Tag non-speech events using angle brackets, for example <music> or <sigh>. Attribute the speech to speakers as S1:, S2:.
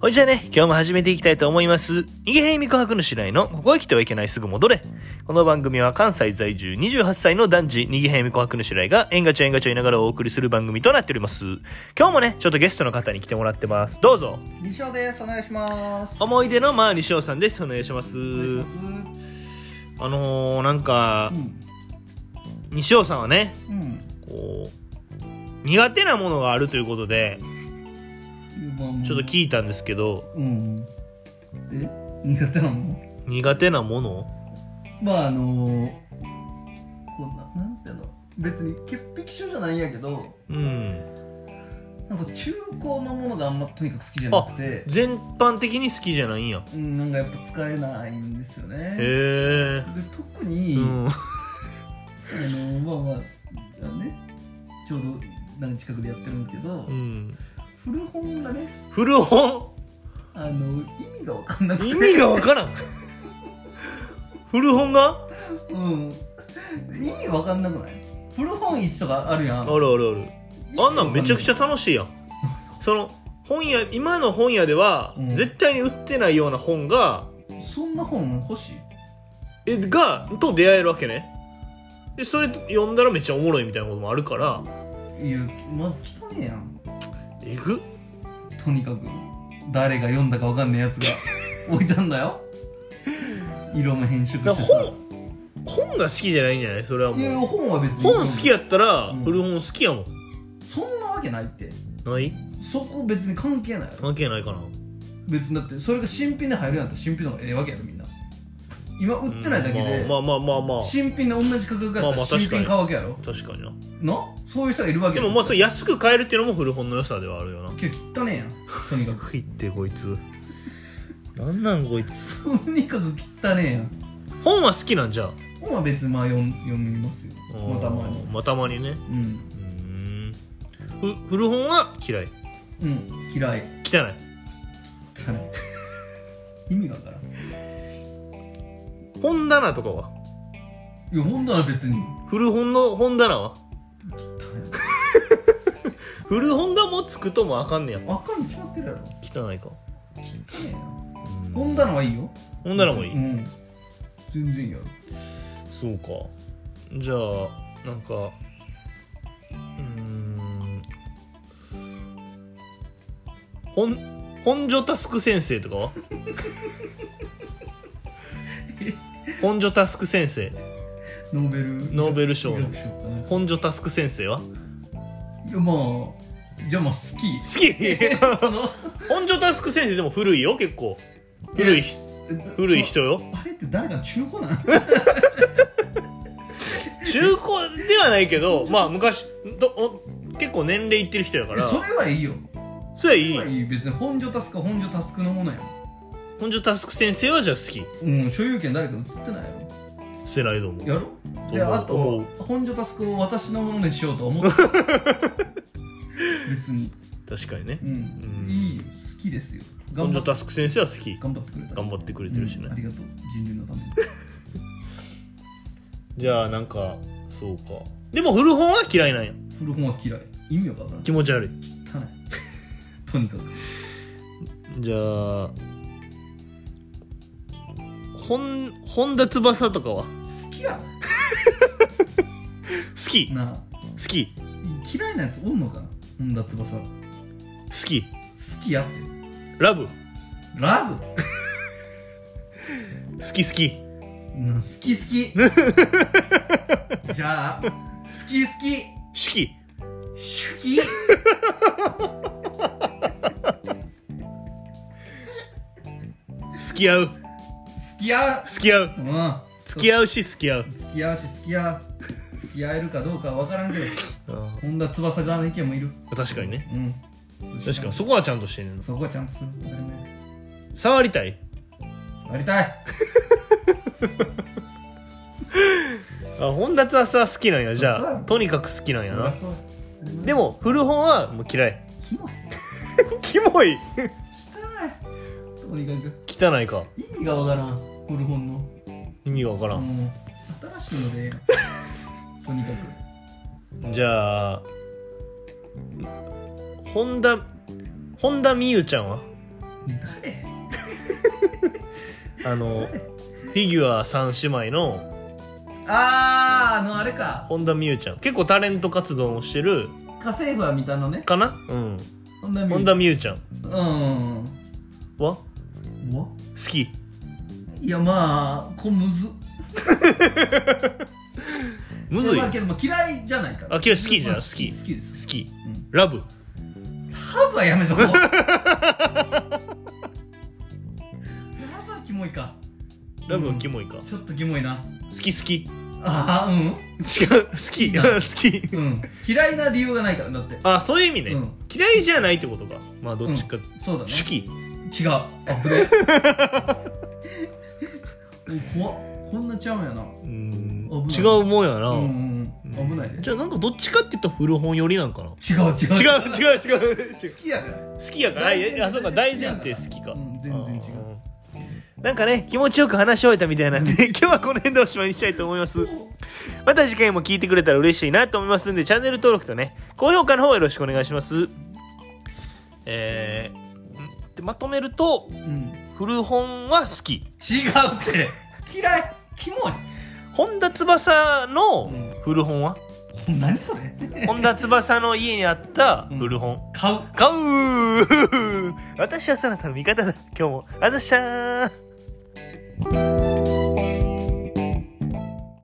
S1: ほいじゃあね、今日も始めていきたいと思います。逃げへいみこはくのしらいの、ここへ来てはいけないすぐ戻れ。この番組は関西在住28歳の男児、逃げへいみこはくのしらいが、縁がちょ縁がちょ言いながらお送りする番組となっております。今日もね、ちょっとゲストの方に来てもらってます。どうぞ。
S2: 西尾ですお願いします
S1: 思い出のまあ、西尾さんです。お願いしま
S2: お
S1: す
S2: 願いし。ます
S1: あのー、なんか
S2: う、ん
S1: 西尾さんはね、
S2: うん
S1: こう、苦手なものがあるということで、
S2: うん
S1: ちょっと聞いたんですけど、
S2: うんえ苦手なの
S1: 苦手なもの
S2: まああのこんななんていうの別に潔癖症じゃないんやけど
S1: うん。
S2: なんか中高のものがあんまとにかく好きじゃなくて
S1: 全般的に好きじゃないんや。
S2: うんなんかやっぱ使えないんですよねで
S1: へ
S2: 特に、
S1: え。うん。
S2: あのまあまああのねちょうどなんか近くでやってるんですけど、
S1: うん。
S2: 古本がね
S1: 古本
S2: あの意味が分かんなくて
S1: 意味がわからん。古本が
S2: うん意味わかんなくない古本市とかあるや
S1: あ
S2: ん
S1: るあるある。あんなんめちゃくちゃ
S2: ゃ
S1: 楽しいやん。その、本屋、今の本屋では
S2: う、ん
S1: 絶対に売ってないような本が、
S2: そんな本欲しい
S1: えがと出会えるわけねでそれ読んだらめっちゃおもろいみたいなこともあるから
S2: いやまず汚ねえやん
S1: えぐ
S2: とにかく誰が読んだかわかんねえやつが置いたんだよ <laughs> 色も変色
S1: だ
S2: して
S1: から
S2: さ
S1: 本本が好きじゃないんじゃないそれはい
S2: やいや
S1: もう
S2: 本は別に
S1: 本好きやったら
S2: うん
S1: 古本好きやもん
S2: そんなわけないって
S1: ない
S2: そこ別に関係ないやろ
S1: 関係ないかな
S2: 別にだってそれが新品で入るなんて新品の方がええわけやろみんな今売ってないだけで、
S1: うんまあまあまあまあまあ
S2: 新品で同じ価格だ
S1: ま
S2: っ
S1: あまあ
S2: たら新
S1: 確かに
S2: 品買うわけやろ
S1: 確かにな
S2: なそういう人がいるわけ
S1: で
S2: や
S1: も
S2: ろ
S1: まあそれ安く買えるっていうのも古本の良さではあるよな
S2: 今日汚ねえ
S1: <laughs>
S2: やんとにかく
S1: いってこいつなんなんこいつ
S2: とにかく汚ねえやん
S1: 本は好きなんじゃあ
S2: 本は別にまあ読ん読みますよまあたまに
S1: まあたまにね
S2: うん
S1: うーんふ古本は嫌い
S2: うん嫌い
S1: 汚い <laughs>
S2: 汚ね意味がわからん
S1: 本棚とかはい
S2: や本棚別に
S1: 古本の本棚は
S2: 汚
S1: 古本がもうつくともあかんねや
S2: いわかるに決まってるやろ
S1: 汚いか
S2: 汚ねえやん
S1: 本
S2: 本棚はいいよ
S1: 本棚もいい、
S2: うん全然いいよ
S1: そうかじゃあなんかうーん本本所タスク先生とか <laughs> は本所タスク先生
S2: ノーベル
S1: ノーベル賞の
S2: 医学かない
S1: 本所タスク先生はい
S2: やまあじゃあまあ好き
S1: 好き
S2: <laughs> その
S1: 本所タスク先生でも古いよ結構古い古い人よ
S2: あれって誰が中古なん
S1: 中古ではないけどまあ昔どお結構年齢いってる人やから
S2: それはいいよ
S1: それ
S2: それ
S1: は
S2: はい
S1: い
S2: い別に本所タスクは本所タスクのものや
S1: 本所タスク先生はじゃあ好き
S2: うん所有権誰か映ってないや
S1: 捨てないと思う
S2: ろやろで
S1: 思う
S2: あ
S1: 思
S2: と
S1: う
S2: 本所タスクを私のものにしよう
S1: <laughs>
S2: と思った別に
S1: 確かにね
S2: うん
S1: うん
S2: いいよ好きですよ
S1: 本
S2: 頑張
S1: 所
S2: って
S1: タスク先生は好き
S2: 頑張ってくれた
S1: 頑張ってくれてるし
S2: うんあ
S1: ね
S2: りがとう人類のために
S1: じゃあなんかそうかでも古本は嫌いなんや
S2: 古本は嫌い <laughs> 意味わからん
S1: 気持ち悪い
S2: 汚いとにかく
S1: じゃあ本本田翼とかは
S2: 好きや
S1: 好き
S2: なあ
S1: 好き好
S2: 嫌いなやつおんのかな本田翼好
S1: き
S2: きやって
S1: ラブ好
S2: ラブ
S1: き好き
S2: うん好き好きじゃあ好き好き
S1: 四季
S2: 好き
S1: 付き合う
S2: 付き合
S1: 付き合う
S2: ううん
S1: 付き合うし付き合う
S2: 付き合うし付き合う付き合えるかどうかは分からんけど本田翼側の意見もいる
S1: 確かにね
S2: うん
S1: 確かにそこはちゃんとしてんねんな
S2: そこはちゃんとする当たり前
S1: 触りたい
S2: やりたい
S1: あ本田翼は好きなんやじ
S2: そう
S1: ゃ
S2: そうや
S1: あ
S2: ろ
S1: とにかく好きなんやな
S2: そう
S1: でも古本はもう嫌い
S2: キモい
S1: キモい
S2: 汚いとにかく
S1: 汚いか
S2: 意味が分からん古本の
S1: 意味がわからん、
S2: もう新しいのでええやんとにかく
S1: じゃあ本田本田美優ちゃんは
S2: 誰
S1: あの
S2: <laughs>
S1: フィギュア3姉妹の
S2: あーあのあれか
S1: 本田望結ちゃん結構タレント活動もしてる
S2: 家政婦は見たのね
S1: かなうん
S2: 本田望
S1: 本田望結ちゃん
S2: うんうん
S1: は好
S2: うんうわ
S1: き
S2: いやまあこむず
S1: むずい
S2: まあ
S1: 好
S2: けどまあ嫌いじゃないから
S1: あ嫌い好きじゃん
S2: まあ
S1: 好き
S2: 好きです
S1: き
S2: うん
S1: ラブ
S2: ハーブはやめ
S1: <laughs>
S2: とこうハーブはキモいか
S1: ラブはキモいか、
S2: ちょっとキモいな
S1: 好き好き違
S2: ああうん
S1: う好き
S2: <laughs>
S1: 好き
S2: うん、嫌いな理由がないからだって
S1: あそういう意味ね、
S2: うん
S1: 嫌いじゃないってことかまあどっちか、
S2: そうだね
S1: 主義
S2: 違うあぶね <laughs> うん怖っこんなちゃうんやな
S1: うん
S2: 危
S1: 違
S2: ないう
S1: もんやな、
S2: うんうんうん危ないね
S1: じゃあなんかどっちかって言ったら古本寄りなんかな
S2: 違
S1: 違う
S2: う違うう
S1: 違う違う違う
S2: 好きやから
S1: 好きやからあいやあそうか大前提好きか、
S2: うん全然違う
S1: うんなんかね気持ちよく話し終えたみたいなんで <laughs> 今日はこの辺でおしまいにしたいと思いますまた次回も聞いてくれたら嬉しいなと思いますんでチャンネル登録とね高評価の方よろしくお願いしますえーんでまとめると
S2: うん
S1: 古本は好き
S2: 違うって嫌いキモい
S1: 本田翼の古本は、
S2: ほん何そ <laughs> れ
S1: 本田翼の家にあった古本、
S2: 買う
S1: 買 <laughs> う私はそなたの味方だ今日もあざっしゃー